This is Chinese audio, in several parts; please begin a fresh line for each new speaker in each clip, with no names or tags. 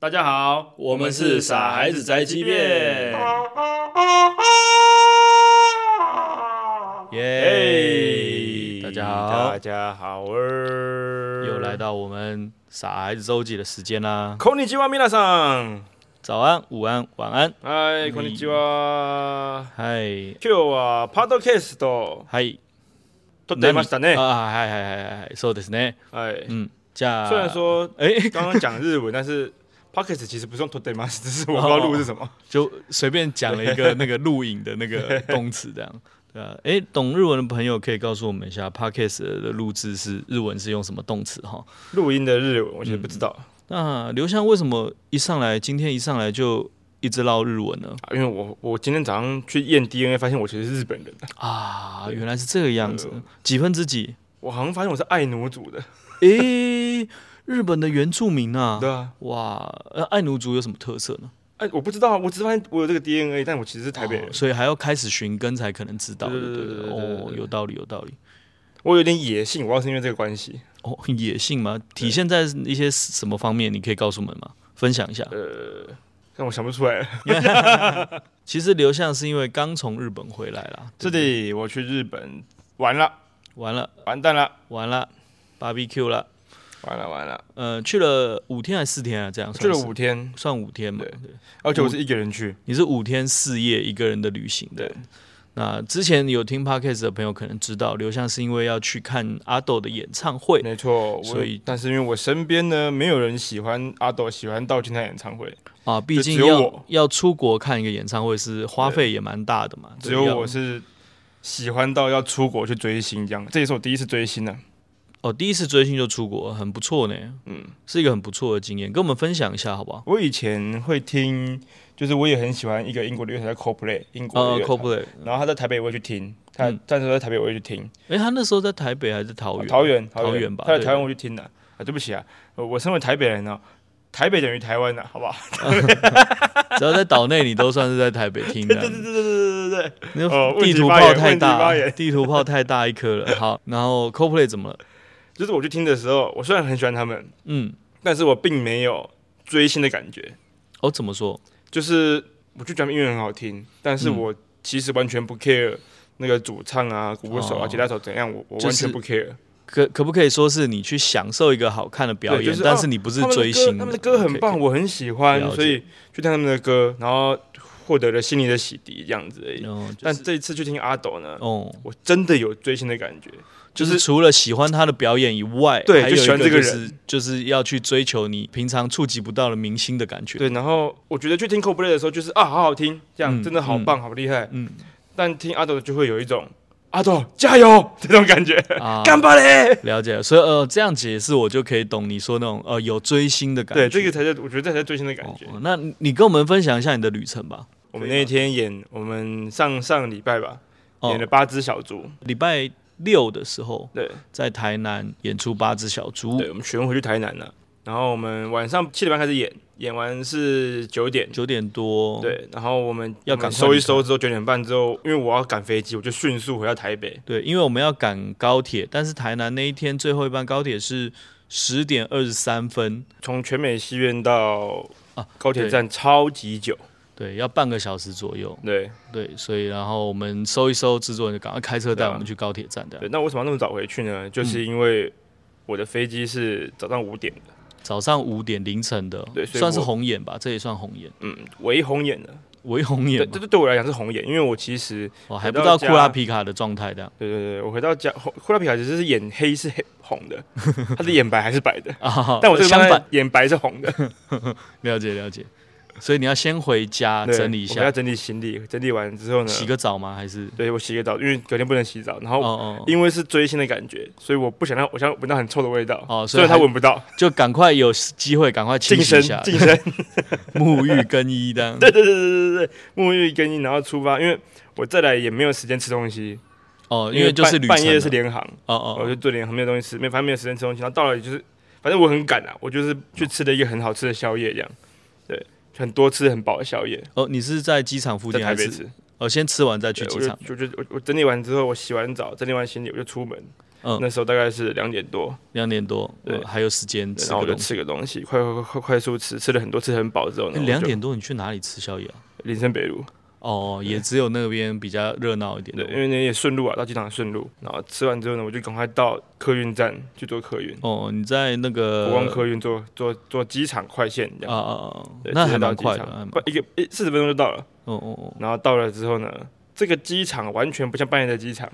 大家好，
我们是傻孩子宅急便耶！大家好
大，家好儿，
又来到我们傻孩子周记的时间啦。
こんにちは皆さん。
早安、午安、晚安，
はい、こんにちは。
嗨
今日はパートケースと
嗨，
撮っていましたね。
啊，嗨嗨嗨嗨，そうですね。
はい。
嗯，じゃあ
虽然说
哎、
刚刚讲日文，但 是 p o c k e t 其实不是用 today mas，只是我不知道录是什么。
就随便讲了一个那个录影的那个动词，这样。 对啊，哎，懂日文的朋友可以告诉我们一下 p o d c a s t 的录制是日文是用什么动词哈？
录音的日文我其实不知道，
那刘翔为什么一上来今天一上来就一直唠日文呢？
啊因为我我今天早上去验 DNA，发现我其实是日本人，
啊，原来是这个样子，几分之几？
我好像发现我是爱奴族的。
诶，日本的原住民啊，
对啊，
哇，呃，爱奴族有什么特色呢？
哎，我不知道，我只是发现我有这个 DNA，但我其实是台北人
哦，，所以还要开始寻根才可能知道，
对
对
对
对
对
对，
对对
哦
对，
有道理，有道理。
我有点野性，我要是因为这个关系。
哦，野性吗？体现在一些什么方面？你可以告诉我们吗？分享一下。
呃，但我想不出来了。
其实刘向是因为刚从日本回来啦，
这里我去日本玩了，
完了
完蛋了，
完了，BBQ 了，
完了完了，
呃，去了五天还是四天啊？这样
我去了
算是
五天，
算五天嘛？
对
对
而且我是一个人去。
你是五天四夜一个人的旅行的
对。
那之前有听 podcast 的朋友可能知道，刘向是因为要去看阿斗的演唱会，
没错，我
所以
但是因为我身边呢，没有人喜欢阿斗，喜欢到金泰演唱会，
啊，毕竟
只有
要
我
要出国看一个演唱会是花费也蛮大的嘛。
只
对
有
要
我是喜欢到要出国去追星这样。这也是我第一次追星呢、
哦，第一次追星就出国，很不错呢。嗯，是一个很不错的经验，跟我们分享一下好不好？
我以前会听，就是我也很喜欢一个英国的乐团叫哦 Coldplay，英国的
呃
乐团。
，Coldplay，
然后他在台北我会去听，他
嗯
但是在台北我会去听，哦
哎，他那时候在台北还是桃园？
桃园
桃园吧
他在
对
台湾我去听的。啊，对不起啊，呃我身为台北人呢、台北等于台湾呢、好不好？
只要在岛内，你都算是在台北听的。对对
对
对
对对对对，
那
哦
地图
问
炮
题发言
太大
问题发，言
地图炮太大一颗了。好，然后 Coldplay 怎么了？
就是我去听的时候，我虽然很喜欢他们，
嗯，
但是我并没有追星的感觉。
哦，怎么说？
就是我就觉得他们音乐很好听，但是
嗯
我其实完全不 care 那个主唱啊、鼓手啊、
哦
吉他手怎样，我我
就是
完全不 care。
可可不可以说是你去享受一个好看的表
对
演，
就是
但
哦
是你不是
他们的
追
歌
星
他们的歌很棒
OK，OK
我很喜欢
了，解
所以去听他们的歌，然后获得了心灵的洗涤，这样子而已。
哦，就
但
是
这一次去听阿斗呢，
哦，
我真的有追星的感觉，
就是除了喜欢他的表演以外，
对
还有
就喜欢
一个
这个
就是就是要去追求你平常触及不到的明星的感觉。
对。然后我觉得去听 Coldplay 的时候，就是啊，好好听，这样
嗯
真的好棒，好厉害。
嗯
但听阿斗就会有一种阿斗加油 这种感觉，
啊，
干巴嘞！
了解了，所以呃，这样解释我就可以懂你说那种呃有追星的感
对，
觉。
这个才是我觉得这才是追星的感觉。
哦。那你跟我们分享一下你的旅程吧。
我们那一天演，我们上上礼拜吧，
哦
演了，八只小猪。
礼拜六的时候
对，
在台南演出《八只小猪》，
对，我们全回去台南了。然后我们晚上七点半开始演，演完是九点。
九点多，，
对，然后我们
哦要
我们
赶快
收一
离开
收之后，九点半之后，因为我要赶飞机，我就迅速回到台北。
对，因为我们要赶高铁，但是台南那一天最后一班高铁是十点二十三分，
从全美戏院到
啊
高铁站超级久。
对，要半个小时左右，
对
对，所以然后我们收一收，制作人就赶快开车
对
带
啊
我们去高铁站的。
对，那为什么要那么早回去呢？就是因为我的飞机是早上五点的，
早上五点凌晨的，哦
对所以
算是
我
红眼吧，这也算红眼，
嗯，唯红眼的。
为红
对，
眼嘛
这，对对我来讲是红眼，因为我其实
哦，还
回
不
到
到库
家
拉皮卡的状态这样
对对对，我回到家，呼呼拉皮卡其实是眼黑是黑红 的，他的眼白还是白的，
啊，
但我这个
相
状态
反，
眼白是红的。
了解了解，所以你要先回家
对
啊整理一
我们要
下，
整理行李，整理完之后呢，
洗个澡吗？还是
对我洗个澡，因为隔天不能洗澡，然
哦
后
哦，
因为是追星的感觉，所以我不想让我想闻到很臭的味道，
哦
虽
所以
然他
还
闻不到，
就赶快有机会赶快清
净
洗
身
一下，
净身，
沐浴更衣这样。
对对对对对对，沐浴更衣，然后出发，因为我再来也没有时间吃东西，
哦，因为就
半
是旅程
半夜
了
是联航，
哦哦，
我
哦
就做点没有东西吃，没反正没有时间吃东西，然后到了就是，反正我很赶啊，我就是去吃了一个很好吃的宵夜，这样，对，很多吃很饱的宵夜，
哦，你是在机场附
在
近
台
还
北
是？
吃。
哦，先吃完再去
对
机
我就
场。
我就我我整理完之后，我洗完澡，整理完行李，我就出门，
嗯
那时候大概是两点多，
两点多，
对
呃还有时间
对
吃
然后
个
我就
东西。
吃个东西，快快快快速吃，吃了很多次很饱之后呢，
诶
我
两
就
点多你去哪里吃宵夜啊？
林森北路，
哦，也只有那边比较热闹一点
对，因
的。
为那也顺路啊，到机场也顺路，然后吃完之后呢，我就赶快到客运站去坐客运，
哦，你在那个
国光客运坐坐坐机场快线这
啊
样，
啊啊，
对
那
直
还
接到
蛮
机
快的。嗯
场
还蛮
快一个一四十分钟就到了。
哦哦
然后到了之后呢，这个机场完全不像半夜的机场，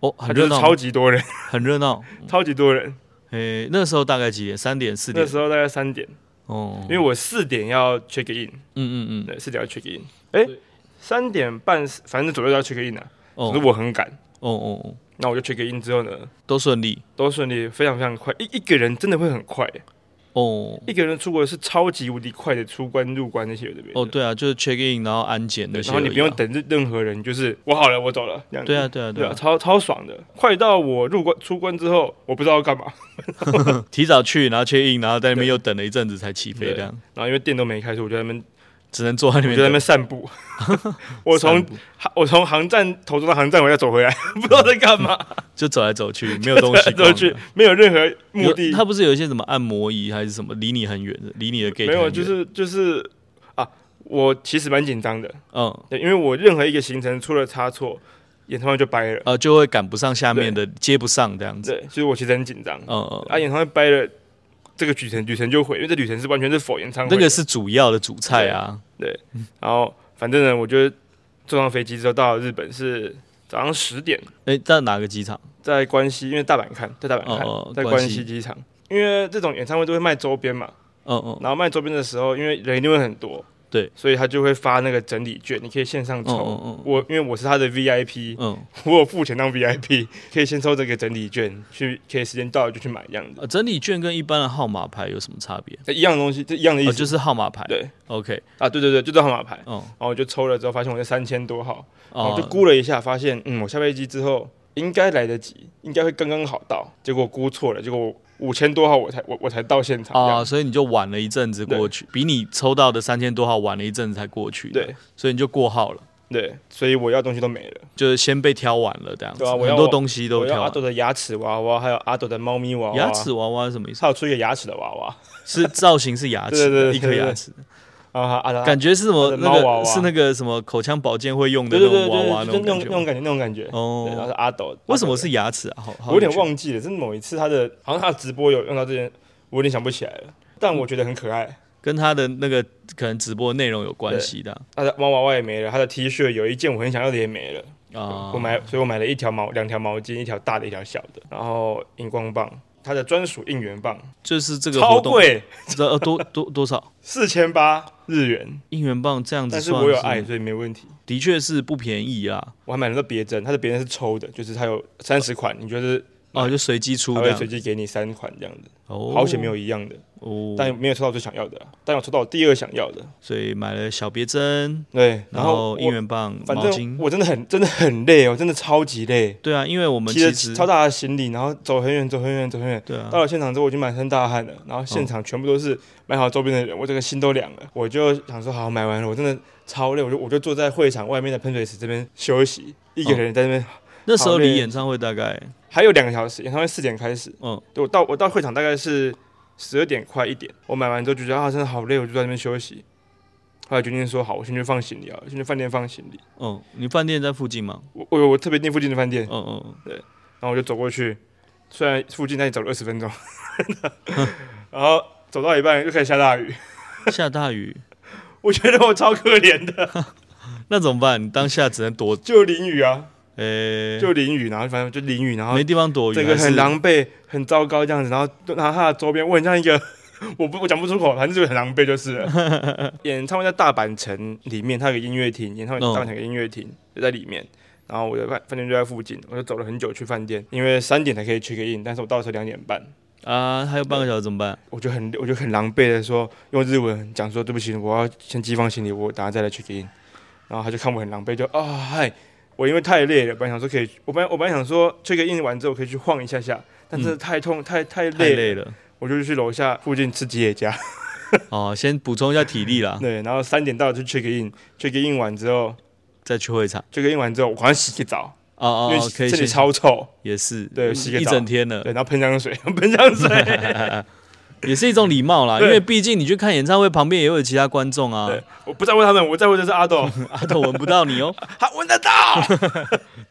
哦，哦，
它
很
就
热
是
闹，
超级多人，
很热闹。
超级多人。
诶，那时候大概几点？三点、四
那
点？
时候大概三点，
哦，
因为我四点要 check in，
嗯嗯嗯，
对，四点要 check in。哎
对，
三点半反正左右要 check in 啊，
哦
可是我很赶，
哦哦哦，
那我就 check in 之后呢，
都顺利。
都顺利，非常非常快。一一个人真的会很快，
哦
一个人出国是超级无敌快的，出关入关那些有的没的
哦，，对啊，就是 check in，然后安检那些
然
而已啊。
后你不用等任任何人，你就是我好了，我走了，这样子
对啊，对啊，
对
对
啊，
啊，
超超爽的。快到我入关出关之后，我不知道要干嘛，
提早去，然后 check in，然后在那边又等了一阵子才起飞，
对
这样
然后因为店都没开，所以我就在那边
只能坐在那
我
边
就在那
等。
边散 步，我从
散步
我从航站头走到航站，我再走回来， 不知道在干嘛，
就走来走去，没有东
走
西
来
逛
走去
的。
没有任何目的
有，它不是有一些什么按摩椅还是什么，离你很远的，离你的 gate
没有，
很
就
远
是就是啊，我其实蛮紧张的，
嗯
对，因为我任何一个行程出了差错，演唱会就掰了，
呃，就会赶不上下面的，接不上这样子。
对，所以我其实很紧张
嗯嗯，
啊，演唱会掰了。这个旅程旅程就毁，因为这旅程是完全是否演唱会。
那个是主要的主菜啊。
然后反正呢，我就坐上飞机之后到了日本是早上十点，
哎，在哪个机场？
在关西，因为大阪看，在大阪看，
哦哦
在
关
关
西
西机场。因为这种演唱会都会卖周边嘛，
嗯嗯
然后卖周边的时候，因为人一定会很多，
对，
所以他就会发那个整理券，你可以线上
嗯
抽。
嗯嗯
我因为我是他的 VIP，、
嗯
我有付钱当 VIP，可以先抽这个整理券，去可以时间到了就去买这样子，
呃，整理券跟一般的号码牌有什么差别？
这一样的东西，这一样的意
哦，
思，
就是号码牌。
对
，OK，
啊，对对对，就这号码牌，
嗯
然后我就抽了之后发现我是三千多号，然后
哦
就，估了一下，发现嗯，我下飞机之后应该来得及，应该会刚刚好到，结果估错了，结果五千多号我才我我才到现场这样
啊，所以你就晚了一阵子过去，比你抽到的三千多号晚了一阵子才过去。
对，
所以你就过号了，
对，所以我要东西都没了，
就是先被挑完了这样子。
对啊我要
很多东西都
我要
挑
阿
完
斗
了。
的牙齿娃娃，还有阿斗的猫咪娃娃，
牙齿娃娃是什么意思？
还有出一个牙齿的娃娃，
是造型是牙齿
对对
的，
对
一颗
对对
牙齿，
然后阿斗
感觉是什么
它的
那
猫娃
个
娃
是那个什么口腔保健会用的
对
那
对对
种娃娃
对，
那
就
种
那种那种
感觉吗。
感觉那种感觉，对，然后是
哦，
阿斗，
为什么
阿斗
是牙齿啊？好，
的？
好
我有点
有趣
忘记了，真的某一次他的好像他的直播有用到这件，我有点想不起来了，但我觉得很可爱。
跟他的那个可能直播内容有关系的啊
他的猫娃娃也没了，他的 T 恤有一件我很想要的也没了，
啊
我买，所以我买了一条毛两条毛巾，一条大的，一条小的，然后荧光棒，他的专属应援棒，
就是这个
超
活动，
贵，
这呃多多多少
四千八日元，
应援棒这样子
但是
算
我有爱，
是，
所以没问题。
的确是不便宜啊。
我还买了个别针，它的别针是抽的，就是它有三十款，你觉得
哦，就随机出
它
这
会
样
随，机给你三款这样子，
哦，
好险没有一样的，
哦，
但没有抽到最想要的啊，但有抽到我第二想要的。
所以买了小别针，
对，
然
后
后应
我
援棒、
反
毛
正
巾，
我真的很真的很累哦，真的超级累，
对啊，因为我们
提
其
着
实
超大的行李，然后走很远，走很远，走很远。
对啊
到，了现场之后，我已经满身大汗了，然后现场全部都是买好周边的人，我这个心都凉了。我就想说，好，买完了，我真的超累，我就我就坐在会场外面的喷水池这边休息，一个人在那边。
那时候
好
离
累
演唱会大概
还有两个小时，演唱会四点开始，
嗯
对我到我到会场大概是十二点快一点，我买完之后就觉得啊，真的好累，我就在那边休息。后来决定说，好，我先去放行李啊，先去饭店放行李。
嗯，你饭店在附近吗？
我我我特别订附近的饭店，
嗯嗯
然后我就走过去，虽然附近那里走了二十分钟， 然后走到一半就开始下大雨。
嗯，下大雨，
我觉得我超可怜的，
那怎么办？你当下只能躲，
就淋雨啊，
呃，
就淋雨，然后反正就淋雨，然后
没地方躲雨，
整个
还是
很狼狈、很糟糕这样子，然后然后他的周边，我很像一个， 我不我讲不出口，反正就是很狼狈就是了。 演唱会在大阪城里面，它有个音乐厅，演唱会
嗯
大阪城有个音乐厅就在里面。然后我的饭饭店就在附近，我就走了很久去饭店，因为三点才可以 check in，但是我到的时候两点半，
啊，还有半个小时怎么办？
我就很我就很狼狈的说用日文讲说对不起，我要先寄放行李，我等下再来 check in。然后他就看我很狼狈，就啊嗨、我因为太累了，本来想说可以，我本来我本来想说 check in 完之后可以去晃一下下，但真的太痛、太太
嗯太
累了，
累了。
我就去楼下附近吃吉野家。
哦，先补充一下体 力啦，
对，然后三点到了就 check in，check in 完之后
再去会场
，check in 完之后我赶快洗个澡，
哦
因
哦
为
哦，可以
这里
先
超臭，
也是
对
嗯
洗个
一
澡
整天了
对，，然后喷香水， 喷香水。
也是一种礼貌啦。因
对
为毕竟你去看演唱会，旁边也有其他观众啊，
对，我不在乎他们，我在乎的是阿 斗，
阿斗闻不到你哦，
他闻得到，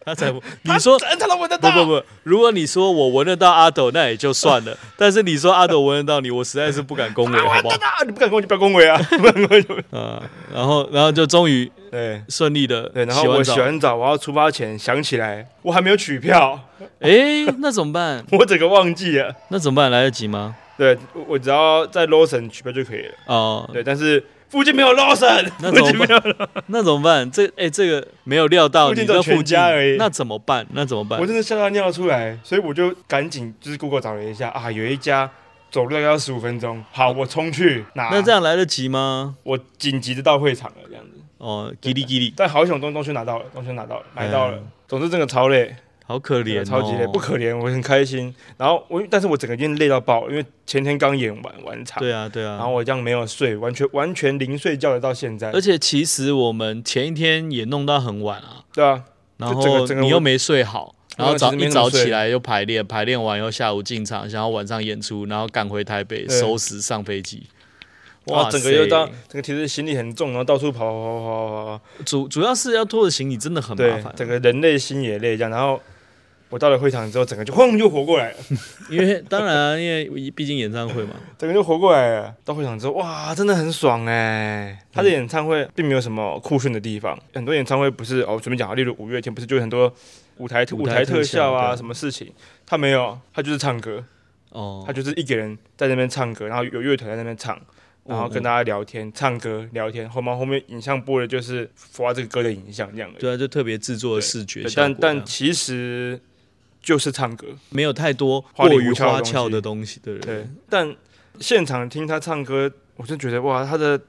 他才不 你
他
说
真的都闻得
不
到。
不不，如果你说我闻得到阿斗，那也就算 了。但是你说阿斗闻得到你，我实在是不敢恭维，
他
好
闻
不
得
好？
到，你不敢啊跟我就不要恭维 啊，不敢恭维就。
嗯，然后然后就终于
对
顺利的
对，然后我洗完澡，我要出发前想起来，我还没有取票，
哎，那怎么办？
我整个忘记了。
那怎么办？来得及吗？
对，我我只要在 Lawson 取票就可以了。
哦，
对，但是附近没有 Lawson，
那
附
怎
近
么
没有
办？那怎么办？这哎、这个没有料到
附近
你
只有
的附
全
近
家而已
那怎么办？那怎么办
我？真的吓到尿出来，所以我就赶紧就是 Google 找了一下啊，有一家走路大概要十五分钟，好，我冲去拿。
嗯那这样来得及吗？
我紧急的到会场了，这样子。
哦，叽哩叽哩，
但好险，东东区拿到了，东区拿到了，买到了。
嗯
总之，真的超累，
好可
真
怜、
的
哦，
超级累，不可怜，我很开心。然后我，但是我整个已经累到爆了，因为前天刚演完完场，
对啊，对啊
然后。呃我这样没有睡，完全完全零睡觉的到现在
而。且其实我们前一天也弄到很晚啊，
对啊，
然
整
后
个整个
你
我
又没睡好，然后
我其实
早
没怎
一
么
早
睡
起来又排练，排练完又下午进场，然后晚上演出，然后赶回台北
对
收拾上飞机。
哇，整个又到
塞
整个其实行李很重，然后到处跑跑跑跑跑跑。
主主要是要拖着行李，真的很麻
对，
烦，啊
整个人类心也累这样。然后我到了会场之后，整个就轰就活过来了，
因为当然啊、因为毕竟演唱 会嘛，
整个就活过来了。到会场之后，哇，真的很爽哎！他的演唱会并没有什么酷炫的地方，很多演唱会不是哦，随便讲啊，例如五月天不是就有很多舞台
舞
舞
台
台
特
特
效
效啊
对
什么事情，他没有，他就是唱歌，
哦
他，就是一个人在那边唱歌，然后有乐团在那边唱。然后跟大家聊天、唱歌、聊天，后面后面影像播的就是符合这个歌的影像这样的。
对啊，就特别制作的
对
视觉
对
效
但
果这
但
样
其实就是唱歌，
没有太多
花
过
里
于
胡哨的
花
东西
俏的东西，对不对？
对，但现场听他唱歌，我真觉得哇，他的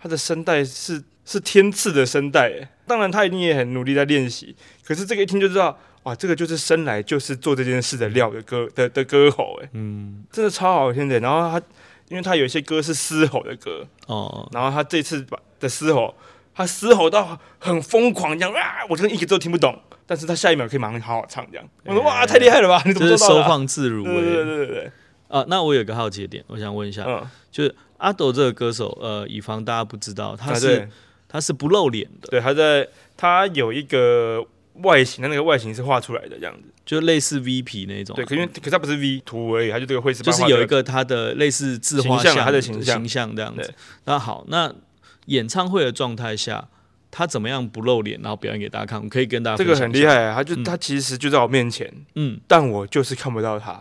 他的声带是是天赐的声带耶。当然，他一定也很努力在练习，可是这个一听就知道，哇，这个就是生来就是做这件事的料的歌的的歌喉，哎，
嗯，
真的超好听的。然后他，因为他有一些歌是嘶吼的歌，
哦，
然后他这次把的嘶吼，他嘶吼到很疯狂这样啊，我真的一直都听不懂，但是他下一秒可以马上好好唱这样。我说哇，太厉害了吧，你怎
就
么
是
做到
收
的啊、
放自如、
对对对
欸。
对对嗯对，
啊，那我有个好奇的点，我想问一下，
嗯，
就是阿斗这个歌手，呃，以防大家不知道，他
啊
是、
对
他是不露脸的，
对，他在他有一个外形，他那个外形是画出来的这样子。
就类似 V P 那种。
对，可因为可是他不是 V 图而已，他就这个会是
哦嗯就
漫
是
画
有
这
一个他的类似自画
形象啊
像
他的
形
形象
这样子
对。
那好，那演唱会的状态下，他怎么样不露脸，然后表演给大家看？我可以跟大家
这个
分享
很
一
厉
下。
害啊，他就
嗯
他其实就在我面前，
嗯，
但我就是看不到他，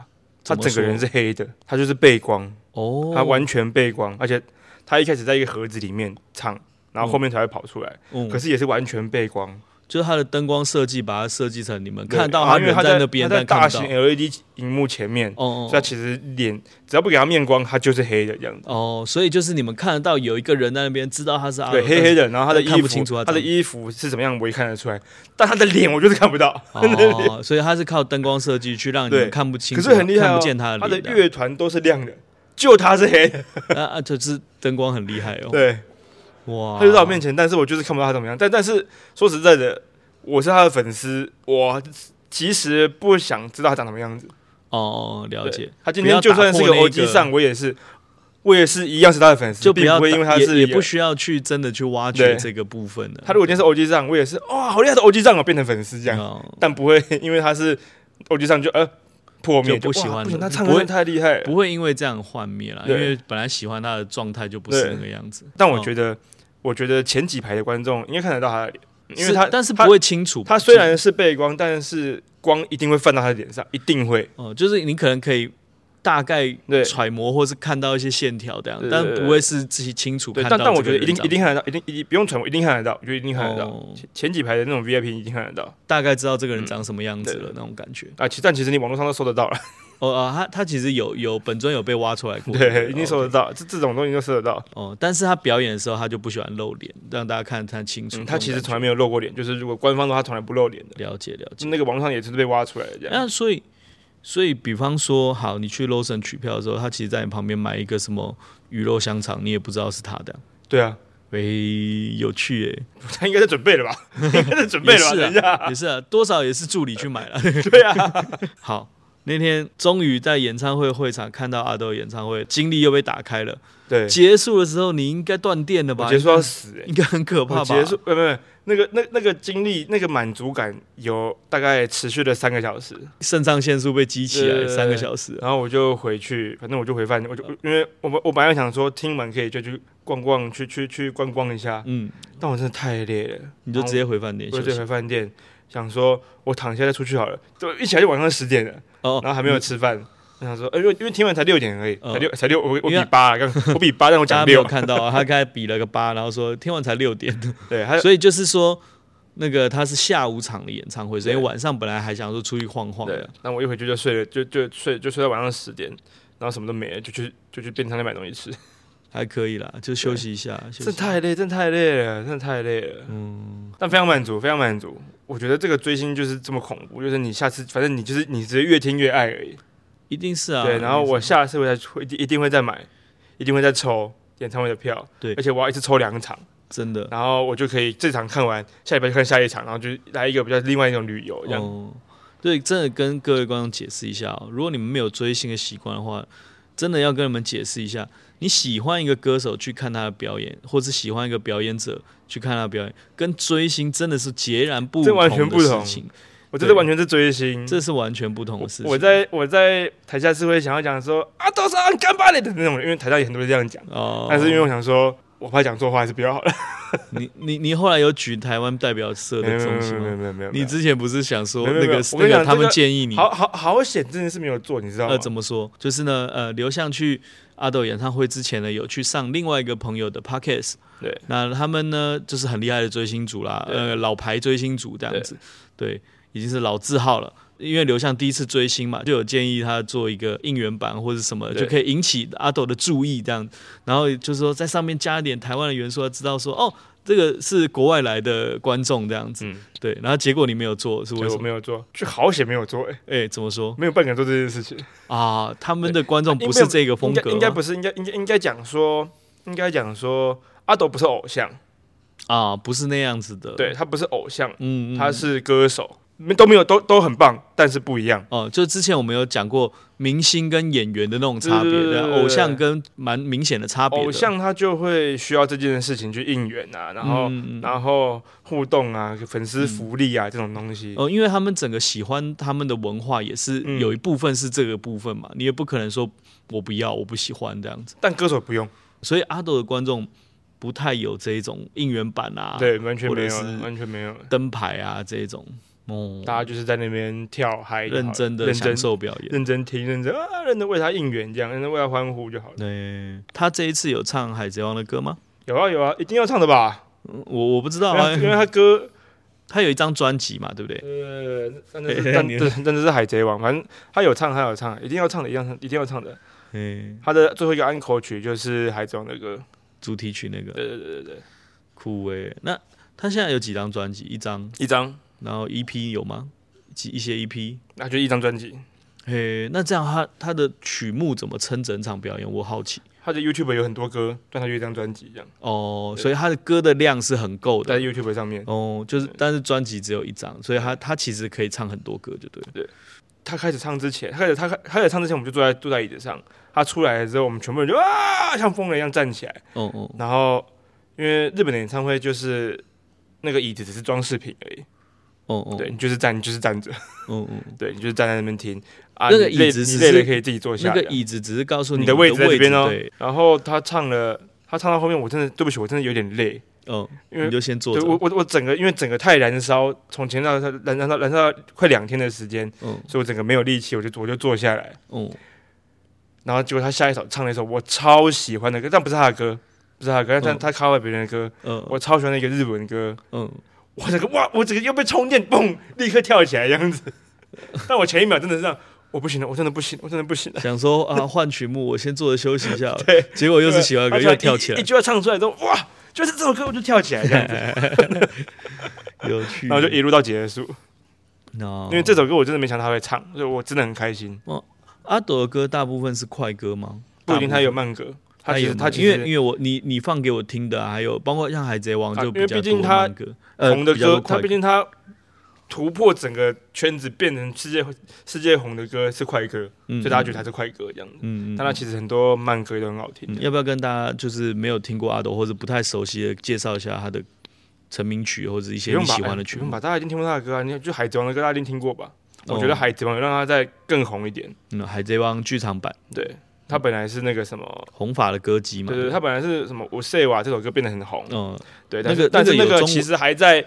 他
怎么
整个人
说
是黑的，他就是背光，
哦，
他完全背光，而且他一开始在一个盒子里面唱。然后后面才会跑出来，
嗯
可是也是完全背光，
就是它的灯光设计，把它设计成你们
对
看到
啊
他
因为
人
他
在
在
那边，
他在
但
大
看不
型
到。
LED 荧幕前面，
哦
所以他
哦
其实脸只要不给他面光，他就是黑的这样子。
哦，所以就是你们看得到有一个人在那边，知道他是阿
对，黑黑
的。
的，然后他的
啊但看
衣
不
服，
清楚他啊
他的
长得
衣服是怎么样，我也看得出来，但他的脸我就是看不到。
哦， 所以他是靠灯光设计去让你们
对
看不清楚，啊
可是很厉害、哦，
看不见他
他的
的脸这样。
乐团都是亮的，就他是黑的。
啊啊，就是灯光很厉害哦。
对，
哇，
他就在我面前，但是我就是看不到他怎么样。但但是说实在的，我是他的粉丝，我其实不想知道他长什么样子。
哦，了
对
解，
他今
不
天
要
就
打
算是
破
个
那
欧吉
个
上，我也是，我也是一样是他的粉丝，
就不
并
要
会因为
打
他
也
是
也
一个
不。需要去真的去挖掘
对
这个部分啊的。
他如果今天是欧吉上，我也是哇，好厉害的欧吉上哦，变成粉丝这样。
哦
但不会 因为他是欧吉上就呃破灭，
就不喜欢
哇
了
不行，他
不
唱歌
会
真的太厉害了。
不会因为这样幻灭了，因
对
为本来喜欢他的状态就不是
对
那个样子。
但我
得
觉得，我觉得前几排的观众应该看得到他的脸，因为
是
他
但是
他
不会清楚吧。
他虽
就是
然是背光，但是光一定会泛到他的脸上，一定会。
哦，就是你可能可以大概
对
揣摩，或是看到一些线条这样，
对对
但
对
不会是自己清楚
对，
看到
但
这个人
但我觉
长。
得一定一定看得到，一定一定不用传，我一定看得到，我觉得一定看得到。
哦
前前几排的那种 VIP 一定看得到
大概知道这个人长什么样
嗯
子
对
了
对
那种感觉。
啊，其但其实你网络上都搜得到了，
哦啊，他他其实有有本尊有被挖出来过，
对，一定搜
说
得到，这这种东西都搜得到。嗯
哦，但是他表演的时候他就不喜欢露脸，让大家看得太清楚那
嗯，
种感觉。
他其实从来没有露过脸，就是如果官方的话，从来不露脸的，
了解了解。
那个网络上也是被挖出来的这样。
那所以，所以比方说，好，你去 l o s o n 取票的时候，他其实在你旁边买一个什么鱼肉香肠，你也不知道是他的。
对啊，
喂，有趣哎、
他应该在准备了 吧？应该在准备了吧？
也是
等一
啊
下，
也是啊，多少也是助理去买了。
对啊，
好，那天终于在演唱会会场看到阿豆演唱会，经历又被打开了。
对，
结束的时候你应该断电了吧？
我结束要死哎、
应该很可怕吧？
我结束，呃，不是那个那那个经历，那个满足感有大概持续了三个小时，
肾上腺素被激起
对
来
对对
三个小时。
然后我就回去，反正我就回饭店，我就
嗯
因为我们我本来想说听完可以就去逛逛，去去去观光一下，
嗯，
但我真的太累了，
你就直接回饭店
然后我
休
就直接
息
回饭店，想说我躺下再出去好了，对，一起来就晚上十点了，
哦
然后还没有吃饭。我想说，呃因为因为听完才六点而已，
嗯
才六才六，我我
因为
比八啊，刚我比八，但我
大
讲
家没有
六，
看到 啊，他刚才比了个八，然后说天晚才六点，
对，还有
所以就是说那个他是下午场的演唱会，所以
对
晚上本来还想说出去晃晃
对
的，，
那我一回去就睡了，就就睡就睡到晚上十点，然后什么都没了，就去就去便利商店买东西吃。
还可以啦，就休息一下。休息
这太累，真的太累了，真的太累了。
嗯，
但非常满足，非常满足。我觉得这个追星就是这么恐怖，就是你下次反正你就是你直接越听越爱而已。
一定是啊。
对，然后
一定是
我下次会再会一定一定会再买，一定会再抽演唱会的票。
对嗯
而且我要一次抽两场，
啊真的
然后我就可以这场看完，下礼拜就看下一场，然后就来一个比较另外一种旅游这样。
哦，对，真的跟各位观众解释一下哦，如果你们没有追星的习惯的话，真的要跟你们解释一下，你喜欢一个歌手去看他的表演，或是喜欢一个表演者去看他的表演，跟追星真的是截然不
这
同
完全
的
不同
事情，
我真的
对
完全是追星，
这是完全不同的事情。
我在我在台下是会想要讲说啊，都是按干巴嘞的那种，因为台上也很多人这样讲，
哦，
但是因为我想说，我怕讲错话，还是比较好了。
你你你后来有举台湾代表色
没有
的
没有
东
没
西
有没有
吗？
没有没有，
哦你之前不是想说
没有
那
没有
个
我
那
跟你
个
讲
他们
这个
建议你
好好好险，这件事没有做，你知道吗
呃，？怎么说？就是呢，呃，刘向去阿斗演唱会之前呢，有去上另外一个朋友的 podcast。
对，
那他们呢，就是很厉害的追星族啦，
对
呃，老牌追星族这样子，对，已经是老字号了。因为刘向第一次追星嘛，就有建议他做一个应援版或者什么，
对
就可以引起阿斗的注意这样。然后就是说在上面加一点台湾的元素，他知道说哦，这个是国外来的观众这样子。
嗯，
对，然后结果你没有做，是为
对
什
我
么？
没有做，就好险没有做，哎，
哎、怎么说
没有半个人做这件事情。
啊？他们的观众
应该
不是这个风格
应
吗
该应该不是，应该应该应该讲说，应该讲说，阿斗不是偶像，
啊，不是那样子的。
对，他不是偶像，
呃嗯，嗯，
他是歌手，都没有都都很棒，但是不一样。
哦，就之前我们有讲过明星跟演员的那种差
对
别
对对
的，
对对
偶像跟蛮明显的差别的。
偶像他就会需要这件事情去应援啊，然后、
嗯嗯嗯
然后互动啊，粉丝福利啊、这种东西。
哦，因为他们整个喜欢他们的文化也是
嗯
有一部分是这个部分嘛，你也不可能说我不要，我不喜欢这样子。
但歌手不用，
所以阿斗的观众不太有这一种应援版啊、
对，完全没有
或者，是
完全没有。
灯牌啊这一种，哦，
大家就是在那边跳嗨就好了，
认真的
认
享
真
受表演。
认真听，认真啊，认真为他应援，这样认真为他欢呼就好了。
对，他这一次有唱《海贼王》的歌吗？
有啊有啊，一定要唱的吧？
嗯我我不知道
因
啊
为，因为他歌，
他有一张专辑嘛，对不对？
呃，但
嘿
是
嘿
但
你
但但是海贼王，反正他有唱，他有唱，一定要唱的，一定要唱，一定要唱的。
嗯，
他的最后一个安口曲就是海贼王的歌，
主题曲那个。
对对对对对，
酷诶、那他现在有几张专辑？一张，
一张，
然后 EP 有吗？几一些 EP？
那就一张专辑。
嘿，那这样他他的曲目怎么撑整场表演？我好奇
他的 YouTube 有很多歌，但他就一张专辑这样，
哦。所以他的歌的量是很够
在
的
YouTube 上面，
哦，就是但是专辑只有一张，所以他他其实可以唱很多歌，就对了。
他开始唱之前，他开始他开开始唱之前，我们就坐在坐在椅子上。他出来之后，我们全部人就啊，像疯了一样站起来。
哦哦，
然后，因为日本的演唱会就是那个椅子只是装饰品而已，
哦哦，
对，你就是站，你就是站着，
嗯嗯，
对你就是站在那边听啊。
那个
你累
椅子
你
只是
累了可以自己坐下
那
这
个
样，
椅子只是告诉
你
的
的位置在这边哦
对，。
然后他唱了，他唱到后面，我真的对不起，我真的有点累，
嗯，
因为
你就先坐
对我
着。
我我整个因为整个太燃烧，从前到燃燃烧燃烧快两天的时间，
嗯
所以我整个没有力气，我就我就坐下来，
嗯，
然后结果他下一首唱了一首我超喜欢的歌，但不是他的歌，不是他的歌，但
嗯
他他 cover 别人的歌，
嗯
我超喜欢的一个日文歌，
嗯，
我整个哇，我整个又被充电，嘣，立刻跳起来这样子。但我前一秒真的是这样，我不行了，我真的不行，我真的不 行了。
想说啊，换曲目，我先坐着休息一下。对，结果又是喜欢歌，
而且他
又跳起
一
来
一，句话唱出来之后，哇，就是这首歌，我就跳起来这样子，
有趣。
然后就一路到结束。
哦
因为这首歌我真的没想到他会唱，所以我真的很开心。
阿朵的歌大部分是快歌吗？
不一定他有
大部
慢歌，他其
也
实他其
因为因
实
为我你你放给我听的啊、还有包括像《海贼王》
啊
就
因
比
为
较
毕
多
竟他
慢歌，呃，
红的
比较多
歌，他
快
毕竟他突破整个圈子，变成世界世界红的歌是快歌，
嗯
所以大家觉得他是快歌这样子。
嗯嗯嗯
但他其实很多慢歌都很好听
嗯
的。
要不要跟大家就是没有听过阿斗或者不太熟悉的介绍一下他的成名曲或者一
不
些
用
你
吧，
喜欢
哎
的曲
不
目
用？吧，大家一定听过他的歌啊，你就海贼王的歌大家一定听过吧？我觉
哦
得海贼王让他再更红一点。
嗯，《海贼王》剧场版
对他本来是那个什么，
红发的歌姬嘛，
对对，他本来是什么我 say 哇这首歌变得很红，
嗯，
对，
那
但
个
是但是
那个
那
有
个
中
其实还在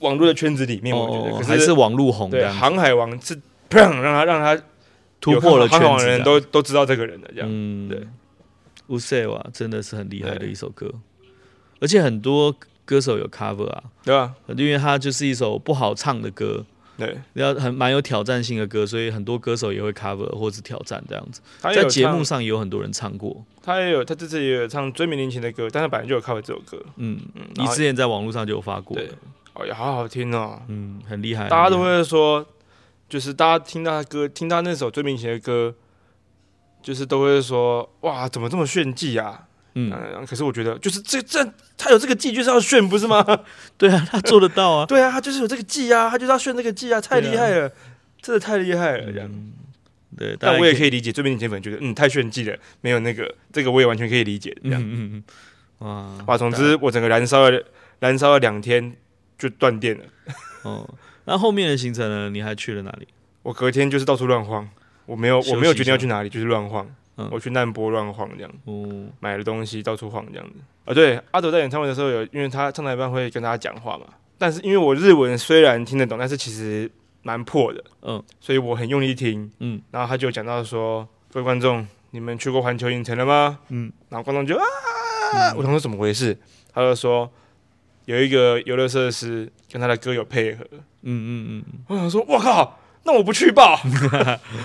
网络的圈子里面，我觉
哦
得
还
可
是网路红
对
的，
航海王是 砰让他让他
突破了
有看到航
圈
海王的
子啊的
人都都知道这个人了，这样。
嗯，
对。哎
u s a 哇，真的是很厉害的
对
一首歌，而且很多歌手有 cover 啊，
对吧？
因为它就是一首不好唱的歌，
对，
要很蛮有挑战性的歌，所以很多歌手也会 cover 或是挑战这样子。
他也
在
有
节
唱
目，上也有很多人唱过，
他也有，他这次也有唱《追名林檎》的歌，但他本来就有 cover 这首歌，
嗯，
嗯，
你
然后
之前在网络上就有发过，
对，哦，也好好听哦，
嗯，很厉害，
大家都
很厉
会说，就是大家听到他歌，听到那首《追名林檎》的歌，就是都会说，哇，怎么这么炫技啊？
害，嗯，
嗯，可是我觉得，就是这这他有这个技，就是要炫，不是 吗？
对啊，他做得到啊，
对啊，他就是有这个技啊，他就是要炫这个技啊，太
对啊
厉害了，真的太厉害 了，这样。
嗯，对，大
但
家
我也
可
可以理解，追名林檎粉觉得，嗯，太炫技了，没有那个，这个我也完全可以理解，这
以，
样。
嗯嗯嗯，哇
哇，总之我整个燃烧了燃烧了两天就断电了，
哦，那后面的行程呢？你还去了哪里？
我隔天就是到处乱晃，我没有
休息一
我
下
没有决定要去哪里，就是乱晃，
嗯
我去难波乱晃这样，
哦，
买了东西到处晃这样子。啊，对，阿斗在演唱会的时候有，因为他唱到一半会跟大家讲话嘛，但是因为我日文虽然听得懂，但是其实蛮破的，
嗯
所以我很用力听，
嗯
然后他就讲到说，各位观众，你们去过环球影城了吗？
嗯，
然后观众就啊，我想说怎么回事？他就说有一个游乐设施跟他的歌有配合，
嗯嗯嗯
我想说我靠，那我不去 吧。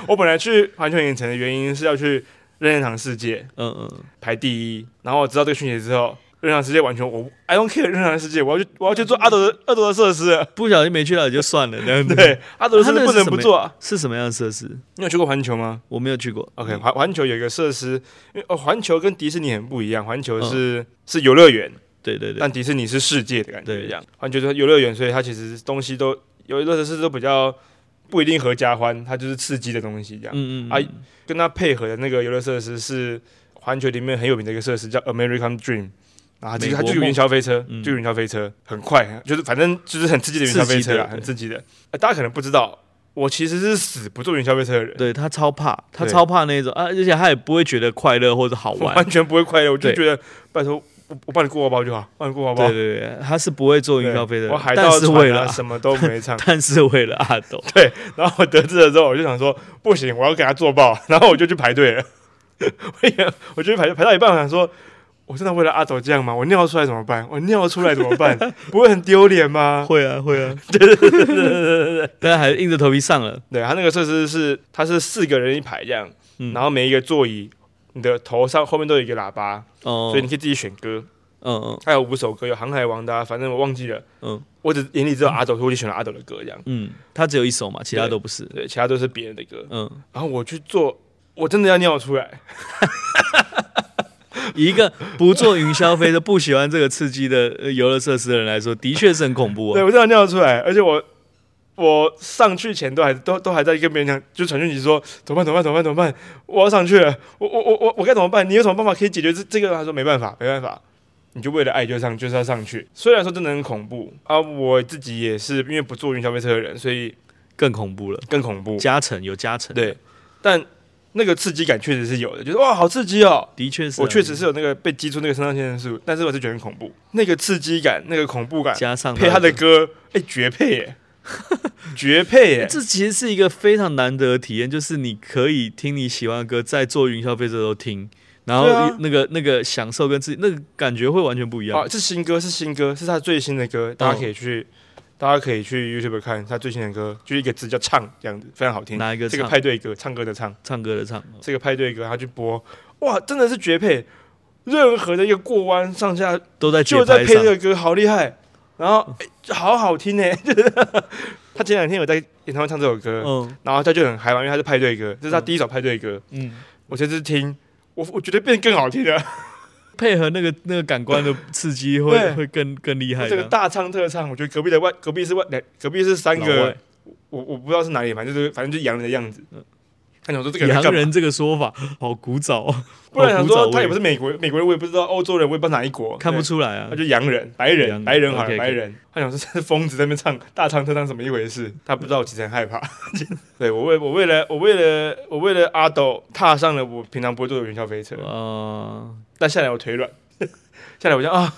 我本来去环球影城的原因是要去任天堂世界
嗯嗯，
排第一，然后我知道这个讯息之后。任天堂世界完全我 I don't care 任天堂世界，我要去我要去做阿斗的阿斗的设施了。
不小心没去到也就算了，这样子。
对，阿斗的设
他那
施
个
不
是
能
什
不
么
做啊。
是什么样的设施？
你有去过环球吗？
我没有去过。
OK，环环球有一个设施，因为哦，环球跟迪士尼很不一样，环球是、是游乐园，
对嗯对对，
但迪士尼是世界的感觉
对
一样。环球就是游乐园，所以它其实东西都游乐设施都比较不一定合家欢，它就是刺激的东西这样。
嗯嗯
啊
嗯
跟它配合的那个游乐设施是环球里面很有名的一个设施，叫 American Dream。然后它就是
美
它
国
就是云霄飞车
梦，嗯
就云霄飞车很快，就是反正就是很刺激的云霄飞车啦，
刺激的
很刺激的、呃大家可能不知道，我其实是死不坐云霄飞车的人，
对他超怕，他
对
超怕那种啊，而且他也不会觉得快乐或者 好
我
玩。
完全不会快乐，我就
对
觉得拜托我我帮你过好不好就好，帮你过好不
对
好？
对对，他是不会坐
对
云霄飞
我
的，
海盗
但是
船
为
啊
了
什么都没唱。
但是为了阿斗，
然后我得知了之后，我就想说不行，我要给他做爆， 然后我就去排队了。 我也我就去排队排到一半，我想说。我真的为了阿斗这样吗？我尿出来怎么办？我尿出来怎么 办？不会很丢脸吗？
会啊会啊，对对对对 对，但还是硬着头皮上了。
对，他那个设施是，它是四个人一排这样，
嗯
然后每一个座椅，你的头上后面都有一个喇叭，
哦
所以，你可以自己选歌。
嗯嗯
还有五首歌，有《航海王》的、啊，反正我忘记了。
嗯
我只眼里只有阿斗，所以我就选了阿斗的歌这样。
嗯，他只有一首嘛，其他
对
都不是。
对，其他都是别人的歌。
嗯，
然后我去做，我真的要尿出来。
以一个不坐云霄飞的、不喜欢这个刺激的呃游乐设施的人来说，的确是很恐怖
对，
哦。
我真的要尿出来，而且我我上去前都还都都还在跟别人讲，就传讯息说怎么办怎么办怎么办怎么办，我要上去了，我我我我我该怎么办？你有什么办法可以解决这这个？他说没办法没办法。你就为了爱就上，就是要上去。虽然说真的很恐怖啊，我自己也是因为不坐云霄飞车的人，所以
更恐怖了，
更恐怖。
加成有加成，，
对，但那个刺激感确实是有的，就是哇，好刺激哦！
的确是啊。
我确实是有那个被击出那个肾上腺素，但是我是觉得很恐怖，那个刺激感、那个恐怖感
加上
配他的歌，哎、绝配 耶，绝配耶！
这其实是一个非常难得的体验，就是你可以听你喜欢的歌，在坐云霄飞车的时候听，然后
对啊
那个、那个享受跟自己那个感觉会完全不一样。
啊，是新歌，是新歌，是他最新的
哦
歌，大家可以去，大家可以去 YouTube 看他最新的歌，就一个字叫唱，这样子非常好听。
哪一个
这
唱、
个派对歌，唱歌的唱，
唱歌的唱？
这个派对歌，他去播，哇，真的是绝配！任何的一个过弯上下
都在节
就在
拍
配这
上。嗯
个歌，好厉害，然后、哎 就好好听呢。他前两天有在演唱会唱这首歌，
嗯
然后他就很嗨嘛，因为他是派对歌，这是他第一首派对歌。
嗯，
我这次听，我我觉得变更好听了，
配合那个那个感官的刺激会
对
会更更厉害
这个
的。
大唱特唱，我觉得隔壁的外隔壁是外两隔壁是三
老
个
外，嗯
我我不知道是哪里，反正就是反正就是洋人的样子。他想说这个
洋
干嘛，
人这个说法好古早哦，
不然
好
想
古早
说
味
他也不是美国美国人，我也不知道欧洲人，我也不知道哪一国，
看不
对
出来啊
他。就洋人、白人、
洋
白人好了，
OK，OK
白人。他想说这是疯子在那边唱大唱特唱，怎么一回事？他不知道，我其实很害怕。 对我为我为了我为了我为了阿斗踏上了我平常不会坐的云霄飞车，
啊，
但下来我腿软， 下来我就啊，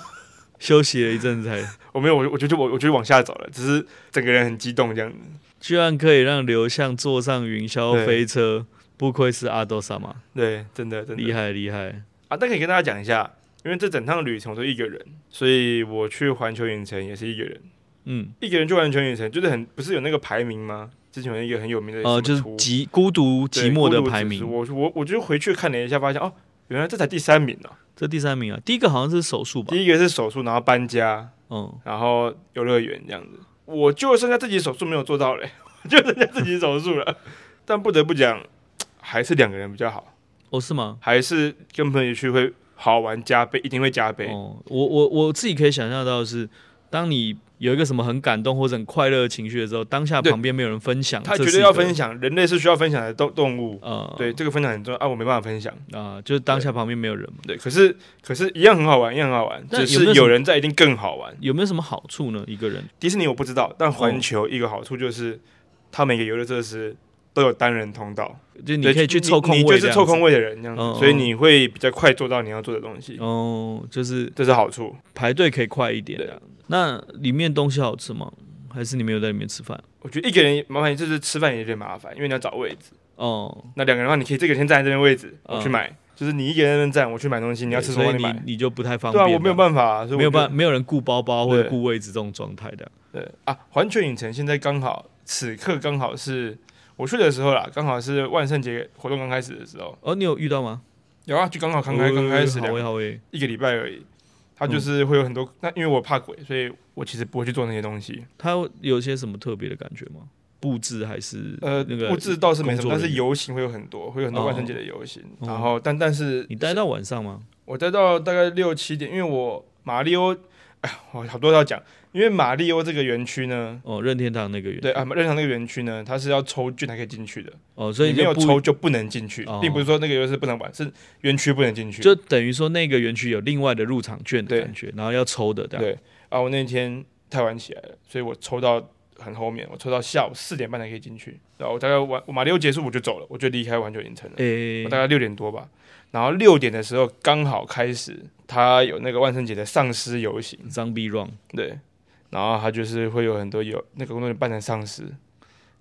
休息了一阵才，
我没有，我我觉得我我觉得往下走了，只是整个人很激动这样子。
居然可以让刘向坐上云霄飞车，不愧是阿斗萨玛，
对，真的真的
厉害厉害。
啊！但可以跟大家讲一下，因为这整趟旅程我都一个人，所以我去环球影城也是一个人，
嗯，
一个人去环球影城就是很不是有那个排名吗？之前有一个很有名的什
呃，
么
就是
图
极孤独
对
寂寞的
孤独
排
指数
名，
我我我就回去看了一下，发现哦，原来这才第三名呢、
这第三名啊，第一个好像是手术吧？
第一个是手术，然后搬家，
嗯，
然后游乐园这样子。我就剩下自己手术没有做到嘞， 我就剩下自己手术了。但不得不讲，还是两个人比较好，
哦是吗？
还是跟朋友一起去会好玩加倍，一定会加倍。
哦，我我我自己可以想象到的是，当你有一个什么很感动或者很快乐的情绪的时候，当下
对
旁边没有人分享，
他
这
绝
是
对
一
要
个
分，享，人类是需要分享的动动物。
呃，
对，这个分享很重要啊，我没办法分享。
啊、就是当下旁边没有人嘛，
对，可是可是一样很好玩，一样很好玩，
那
只
有没有
是
什么
有人在一定更好玩。
有没有什么好处呢？一个人
迪士尼我不知道，但环球一个好处就是，它每个游乐设施都有单人通道，
就你
对
可以去凑空
你
位
你就是凑空
位，
位的人这样子，
嗯嗯
所以你会比较快做到你要做的东西，
哦，就是
这是好处。
排队可以快一点、啊。那里面东西好吃吗？还是你没有在里面吃饭？
我觉得一个人麻烦就是吃饭也有点麻烦，因为你要找位置。
哦，
那两个人的话，你可以这个先站在这边位置，
嗯
我去买，就是你一个人在那边站，我去买东西，你要吃什么
对
我
所
帮
以
买
你。你就不太方
对
便
啊，
了，
我没有办法，所以
没有办
法。
没有人顾包包或者
对
顾位置这种状态的。
对啊，环球影城现在刚好此刻刚好是我去的时候啦，刚好是万圣节活动刚开始的时候，
哦，你有遇到吗？哦
有啊，就刚好刚开刚开始
好
两
诶好诶，
一个礼拜而已。他
嗯
就是会有很多，那因为我怕鬼，所以我其实不会去做那些东西。
它有些什么特别的感觉吗？布置还是
呃，
那个
布置倒是没什
工
么，
作人
但
员
是游行会有很多，会有很多万圣节的游行。
哦
然后，但但是
你待到晚上吗？
我待到大概六七点，因为我马里欧，哎呀， 我好多要讲，因为马里欧这个园区呢，
哦，任天堂那个园
对啊，任堂那个园区呢，它是要抽券才可以进去的，
哦，所以
你没有
就不
抽就不能进去，
哦
并不是说那个游戏不能玩，是园区不能进去。
就等于说那个园区有另外的入场券的
对
感觉，然后要抽的这样。
对啊，我那天太晚起来了，所以我抽到很后面，我抽到下午四点半才可以进去。然后我大概晚我马六结束我就走了，我就离开环球影城了。
诶、
我大概六点多吧，然后六点的时候刚好开始，他有那个万圣节的丧尸游行，
Zombie Run，
对，然后他就是会有很多有那个工作人员扮成丧尸，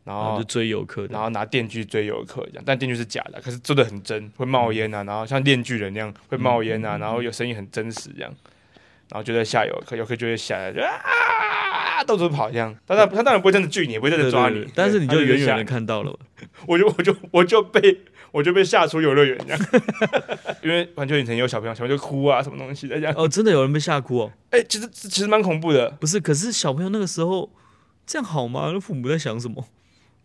然
然后
后
啊就追游客的
然。后拿电锯追游客这样，但电锯是假的，啊可是做的很真，会冒烟
嗯
啊，然后像链锯人那样会冒烟啊，然后有声音很真实这样，然后就在吓游客，游客就会下来就啊到处跑这样，他当他当然不会真的锯你，也不会真的抓
对
你
对对，但是你
对
就远远
他
的，看到了，
吓我就我就我就被我就被吓出游乐园这样，因为环球影城也有小朋友，小朋友就哭啊什么东西的这样，
哦，真的有人被吓哭哦，
哎、其实其实蛮恐怖的，
不是，可是小朋友那个时候这样好吗？那父母在想什么？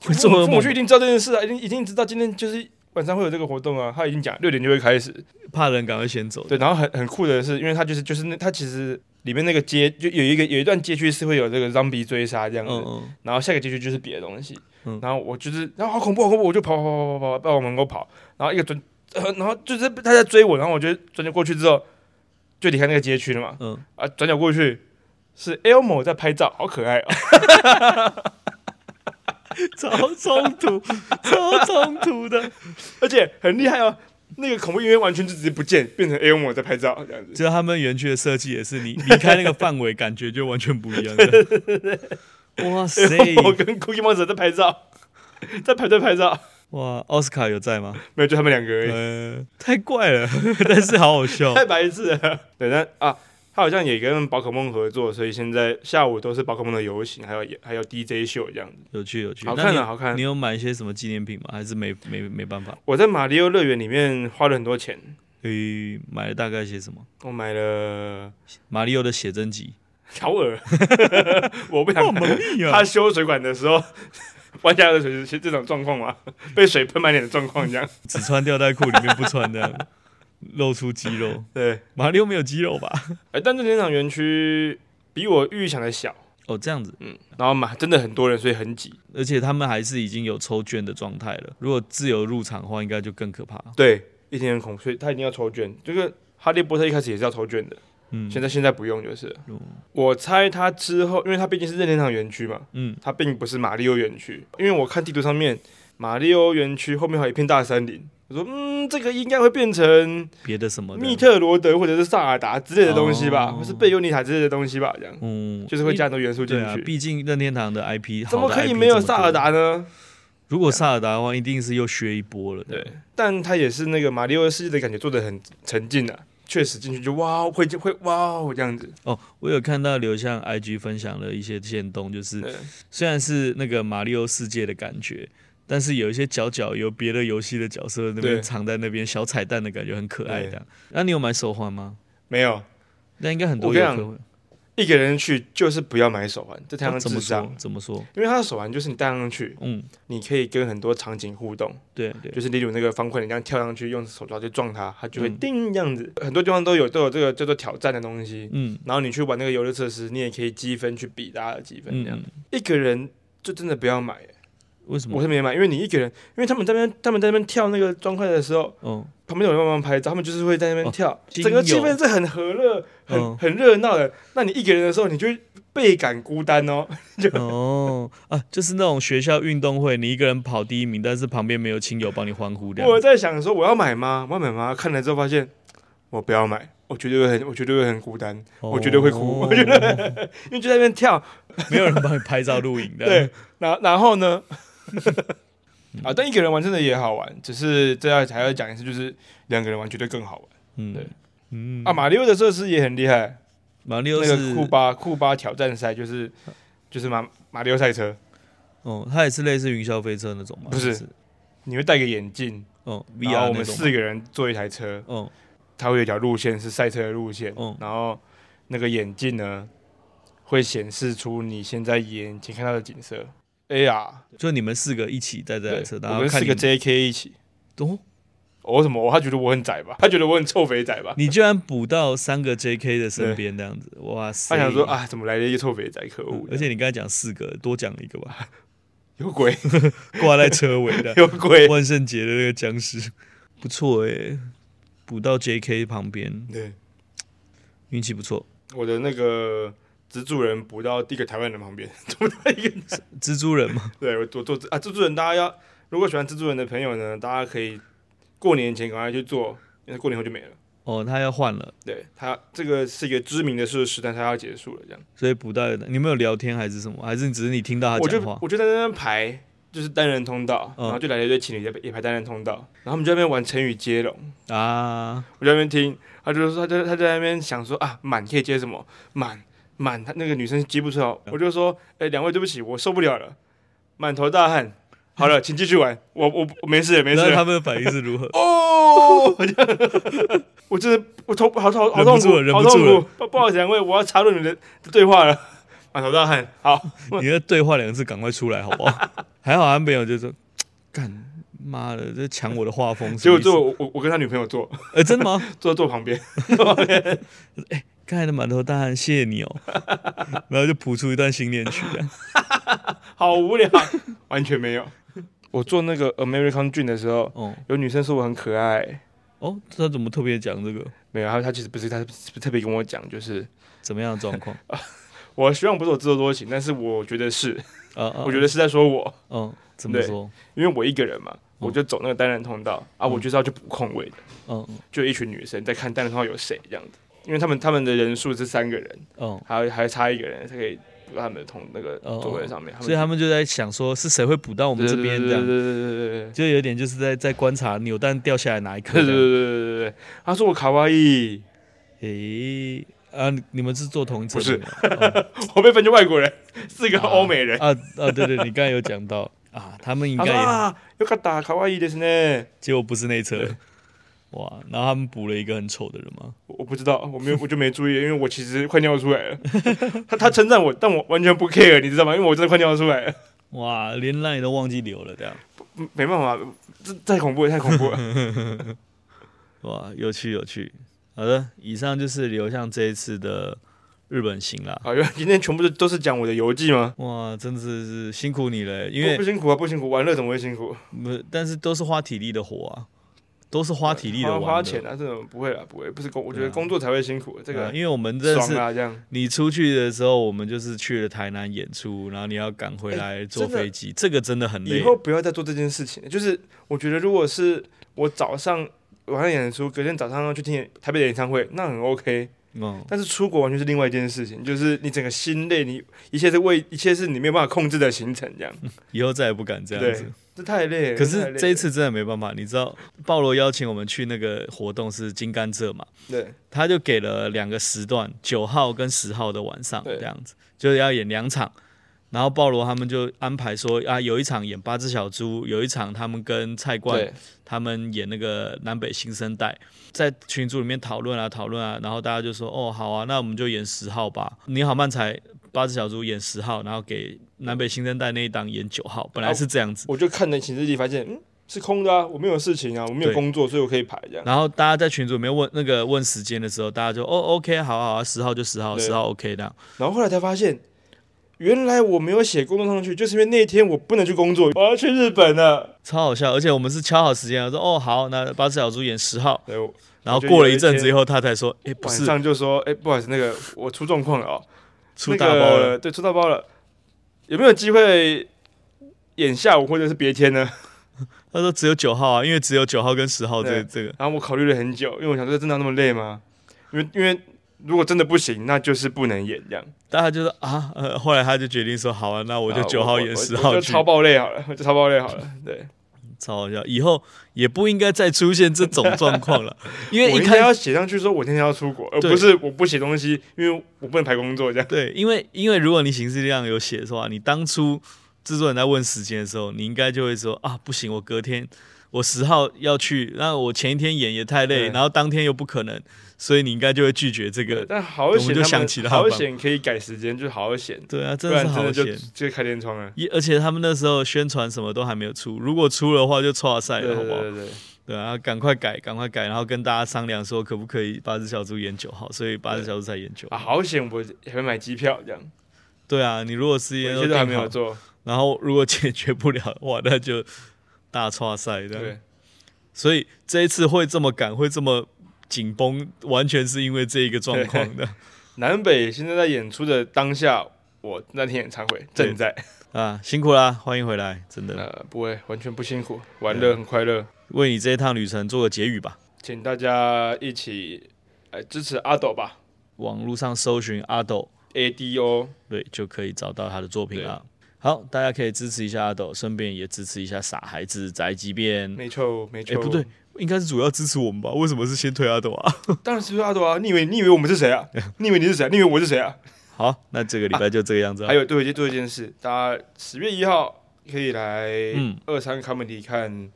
会
父
做
母
噩
父母就一
梦，
定知道这件事啊，一定一定知道今天就是。晚上会有这个活动啊，他已经讲六点就会开始，
怕人赶快先走。
对，然后很很酷的是，因为它就是就是那它其实里面那个街就有一个有一段街区是会有这个 zombie 追杀这样
嗯
子，
嗯，
然后下个街区就是别的东西，
嗯
然后我就是然后好恐怖好恐怖，我就跑跑跑跑跑跑往门口跑，然后一个转、呃然后就是他在追我，然后我就转角过去之后就离开那个街区了嘛，
嗯
啊转角过去是 Elmo 在拍照，好可爱哦，
超冲突，超冲突的。
而且很厉害哦，那个恐怖音乐完全就直接不见，变成 Elmo 在拍照这样子，
就他们园区的设计也是，你离开那个范围，感觉就完全不一 样的。哇塞！
我跟 Cookie Monster 在拍照，在排队拍照，
哇，奥斯卡有在吗？
没有就他们两个而已。
呃，太怪了， 但是好好 笑。
太白痴了。对，但啊，他好像也跟宝可梦合作，所以现在下午都是宝可梦的游行，还有还有 DJ 秀这样子，
有趣有趣，
好
那
看
你
啊，好看
你。有买一些什么纪念品吗？还是没没没办法？
我在马里奥乐园里面花了很多钱，
诶，买了大概些什么？
我买了
马里奥的写真集，
乔尔， 我不想看
密
他！修水管的时候。 玩家的 水是这种状况吗？被水喷满脸的状况，这样
只穿吊带裤，里面不穿的。露出肌 肉。
对，
马里奥没有肌肉吧？
哎，但这两场园区比我预想的小，
哦，这样子，
嗯，然后嘛，真的很多人，所以很挤。
而且他们还是已经有抽券的状态了。如果自由入场的话，应该就更可怕。
对，一定很恐怖，所以他一定要抽卷。这个哈利波特一开始也是要抽卷的，
嗯，
现在现在不用就是了。
嗯
我猜他之后，因为他毕竟是任天堂园区嘛，
嗯，
它并不是马里奥园区，因为我看地图上面马里奥园区后面还有一片大森林。我说，嗯，这个应该会变成
别的什么的，
密特罗德或者是萨尔达之类的东西吧，
哦
或是贝尤尼塔之类的东西吧，这样
嗯，
就是会加很多元素进
对啊，
去。
毕竟任天堂的 IP
怎么
好的
可以
IP
没有
这么多
萨尔？达呢？
如果萨尔达的话，一定是又削一波了。
对，但它也是那个马里奥世界的感觉做的很沉浸啊，确实进去就哇哦会就会哇哦这样子。
哦，我有看到刘向 IG 分享了一些线动，就是
对
虽然是那个马里奥世界的感觉，但是有一些角角有别的游戏的角色那边
对
藏在那边小彩蛋的感觉，很可爱
对
的。那、你有买手环吗？
没有
那应该很多
我跟
游
你
客
讲
会。
一个人去就是不要买手环，这太
哦
像
怎
智
么
障。
说？怎么说？
因为它的手环就是你戴上去，
嗯，
你可以跟很多场景互动，
对对
就是例如那个方块，你这样跳上去，用手抓去撞它，它就会
嗯
叮这样子。很多地方都有都有这个叫做挑战的东西。
嗯
然后你去玩那个游乐设施，你也可以积分去比大家的积分，
嗯
这样、
嗯，
一个人就真的不要买、
为什么？
我是没买，因为你一个人，因为他们在那边他们在那边跳那个砖块的时候，
哦，
旁边有人慢慢拍照，他们就是会在那边跳，
精
整个气
哦油
氛是很和乐、很、
嗯
很热闹的。那你一个人的时候，你就会倍感孤单哦。
哦啊，就是那种学校运动会，你一个人跑第一名，但是旁边没有亲友帮你欢呼这
我
样。
在想说，我要买吗？我要买吗？看了之后发现，我不要买，我绝对会很，我绝对会很孤单，
哦
我觉得会哭我觉
得
因为就在那边跳，
没有人帮你拍照录影的。
对，然然后呢？ 啊，但一个人玩真的也好玩，只是这要还要讲一次，就是两个人玩绝对更好玩、
嗯，
对
嗯
啊！马里奥的设施也很厉害，
马里
那
奥
个
是
库巴库巴挑战赛就是就是马马里奥赛车，
哦，它也是类似云霄飞车那种吗？
不是
还
你会戴个眼镜，
哦，VR
然后我
那
们
种吗
四个人坐一台车，
哦
它会有一条路线是赛车的路线，
嗯
然后那个眼镜呢会显示出你现在眼前看到的景色。AR，
就你们四个一起在这台
对
啊车，，然
我
后
跟
看
四
你
个
们
JK 一起。
哦，
我、什么？他觉得我很窄吧？他觉得我很臭肥仔吧？
你居然补到三个 JK 的身边这样子，哇塞！
他想说啊，怎么来了一个臭肥仔？可恶
嗯，！而且你刚才讲四个，多讲一个吧，
有鬼，
挂在车尾 的
有鬼。
万圣节的那个僵尸，不错哎、补到 JK 旁边，
对，
运气不错。
我的那个蜘蛛人补到第一个台湾人旁边。
蜘蛛人嘛，
对，我做做啊，蜘蛛人，大家要如果喜欢蜘蛛人的朋友呢，大家可以过年前赶快去做，因为过年后就没了。
哦，他要换了，
对他这个是一个知名的设施，但它要结束了，这样。
所以补到你们有聊天还是什么？还是只是你听到他
我就
啊讲话？
我就在那边排，就是单人通道，
嗯
然后就来了一对情侣也也排单人通道，然后我们就在那边玩成语接龙，
啊，
我就在那边听，他就说他就他就在那边想说啊满可以接什么满满，他那个女生接不出来，
嗯
我就说哎、两位对不起，我受不了了，满头大汗，好了，请继续 玩，我我我没事了没事
然后
了，？
他们的反应是如何
哦，我就 我真的我头好痛好
忍不
痛
住
苦
了忍
好
不住
痛
了
苦，不不好意思，两位，我要插入你们的对话了， 满头大汗，好。
你的对话两个字赶快出来好不好？ 还好他没有就说，干妈的这抢我的画风，
结果
什
最后
么意
我我我跟他女朋友坐
思，呃，真的吗？
坐坐旁边，
刚才的满头大汗，谢谢你哦， 然后就谱出一段新恋曲 这样，
好无 聊，完全没有。我做那个 American Dream 的时候，
哦
有女生说我很可爱，
哦，他怎么特别讲这个？
没有，她她其实不是，她是特别跟我讲，就是
怎么样的状况？
我希望不是我自作多情，但是我觉得是，
啊啊，
我觉得是在说我，
嗯，怎么
对
说？
因为我一个人嘛，嗯我就走那个单人通道啊，我就是要去补空位的，
嗯嗯
就一群女生在看单人通道有谁这样子，因为他们他们的人数是三个人，
嗯，
还有还差一个人才可以补到他们的同那个座位上面，
所以他们就在想说，是谁会补到我们这边
对
这
对
样，
对对对对。
就有点就是在在观察扭蛋掉下来哪一颗
对对
这样。
对对对对，他说我卡哇伊，
诶、啊，你你们是坐同一车
不是
的吗？哦
我被分成外国人，四个
啊
欧美人。
啊啊，对对，你刚才有讲到啊，他们应
他
该
说
也，
啊，有卡打卡哇伊的是呢，
结果不是那一车。哇，然后他们补了一个很丑的人吗？
我我不知道，我没有我就没注意，因为我其实快尿出来了。他他称赞我，但我完全不 care，你知道吗？因为我真的快尿出来了，
哇，连烂都忘记留了这样。
嗯没办法，这太恐怖了，太恐怖了。
哇，有趣有趣。好的，以上就是流向这一次的日本行啦。
好，因为今天全部都都是讲我的游记吗？
哇，真的是辛苦你了，因
不
为
不辛苦啊，不辛苦，玩乐怎么会辛苦？
不，但是都是花体力的活啊，都是花体力的
花
玩
花
的
钱啊，这种不会啦，不会，不是工，我觉
对
得
啊
工作才会辛苦，这
啊
个
因为我们真的
爽
是
啊，这样
你出去的时候，我们就是去了台南演出，然后你要赶回来坐
哎真的
飞机，这个真的很累
以。后不要再做这件事情。就是我觉得，如果是我早上晚上演出，隔天早上要去听演台北的演唱会，那很 OK。
嗯，
但是出国完全是另外一件事情，就是你整个心累，你一切是为一切是你没有办法控制的行程，这样
以后再也不敢这样子
对。这太累了。太
可
累
是
了
这一次真的没办法，你知道，鲍罗邀请我们去那个活动是金甘蔗嘛，
对
他就给了两个时段，九号跟十号的晚上
对
这样子，就是要演两场。然后鲍罗他们就安排说啊，有一场演八只小猪，有一场他们跟菜冠
对
他们演那个南北新生代，在群组里面讨论啊讨论啊，然后大家就说哦好啊，那我们就演十号吧。你好漫才八只小猪演十号，然后给南北新生代那一档演九号，
啊
本来是这样子。
我就看了行事历，发现嗯是空的啊，我没有事情啊，我没有
对
工作，所以我可以排这样。
然后大家在群组里面问那个问时间的时候，大家就哦 OK 好啊好啊，十号就十号，
对
十号 OK 这样。
然后后来才发现，原来我没有写工作上去，就是因为那天我不能去工作，我要去日本了。
超好笑，而且我们是敲好时间了，说哦好，那八只小猪演十号，
对，我
然后过了一阵子以后，他才说，哎、不
晚
是
上就说，哎、不好意思，那个我出状况了哦，
出大包
那
了，
个 对，出大包了，有没有机会演下午或者是别天呢？
他说只有九号啊，因为只有九号跟十号这
对
这个，
然后我考虑了很久，因为我想说，真的要那么累吗？因为因为如果真的不行，那就是不能演这样。
大家就说啊、呃，后来他就决定说好啊，那我就
啊
九号演
我
十
我
号
就
去，
超爆累好了，我就超爆累好了。对，
超好笑，以后也不应该再出现这种状况 了，因为
我
一
应该
开
要写上去说，我那天要出国，而
对
不是我不写东西，因为我不能排工作这样。
对，因为因为如果你行事量有写的话，你当初制作人在问时间的时候，你应该就会说啊，不行，我隔天我十号要去，那我前一天演也太累，
对
然后当天又不可能，所以你应该就会拒绝这
对，
个。
但好险
我
他
们
们，
就想起了
好
办法
险可以改时间，就是好险，
对啊，真
不
的
然真
是好
的就
险。
就开天窗了。
也而且他们那时候宣传什么都还没有出，如果出的话就错赛
对
了，
对
哎好不好？
对对，
对啊，赶快改，赶快改，然后跟大家商量说可不可以八只小猪演九号，所以八只小猪才演九
啊，
号。
好险我还没买机票，这样
对啊，你如果事
我
先
一
都
切都还没
定好
有做。
然后如果解决不了的话，那就大差赛这样。
对，
所以这一次会这么赶，会这么紧绷，完全是因为这一个状况的
南北现在在演出的当下，我那天演唱会正在，
啊！辛苦啦，欢迎回来，真的
呃，不会完全不辛苦，玩
啊
乐很快乐，
为你这一趟旅程做个结语吧。
请大家一起呃支持阿斗吧
网络上搜寻阿斗，
，A D O，
对，就可以找到他的作品啦。好，大家可以支持一下阿斗，顺便也支持一下傻孩子宅急便。
没错没
哎，
错，
不对，，应该是主要支持我们吧？为什么是先推阿斗啊？
当然是阿斗啊，你以为你以为我们是谁啊？ 你以为你是谁啊？你以为我是谁啊？
好，那这个礼拜就这个样子啊
还。有对，就做一件事，大家十月一号可以来
嗯
二三 comedy 看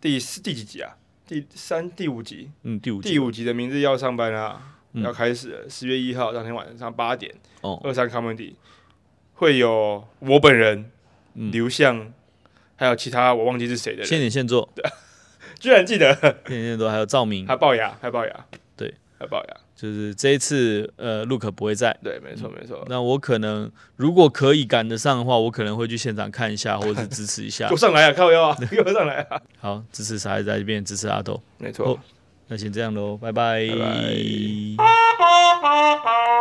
第四第几集啊？第三、第五集，
嗯，第五集
第五集的名字要上班啦，
嗯
要开始了。十月一号当天晚上八点，
哦，
二三 comedy 会有我本人、
嗯
刘向，还有其他我忘记是谁的
现
人，
点现做。
居然记得，
现在都还有照明，
还龅牙，还龅牙，
嗯对，
还龅牙，
就是这一次呃，Look 不会在。
对，没错没错。
那我可能如果可以赶得上的话，我可能会去现场看一下，或者是支持一下
给我。上来啊，靠腰啊，给我上来啊，
好，支持傻孩子在这边，支持阿斗。
没
好
错。
那先这样喽，拜拜
拜拜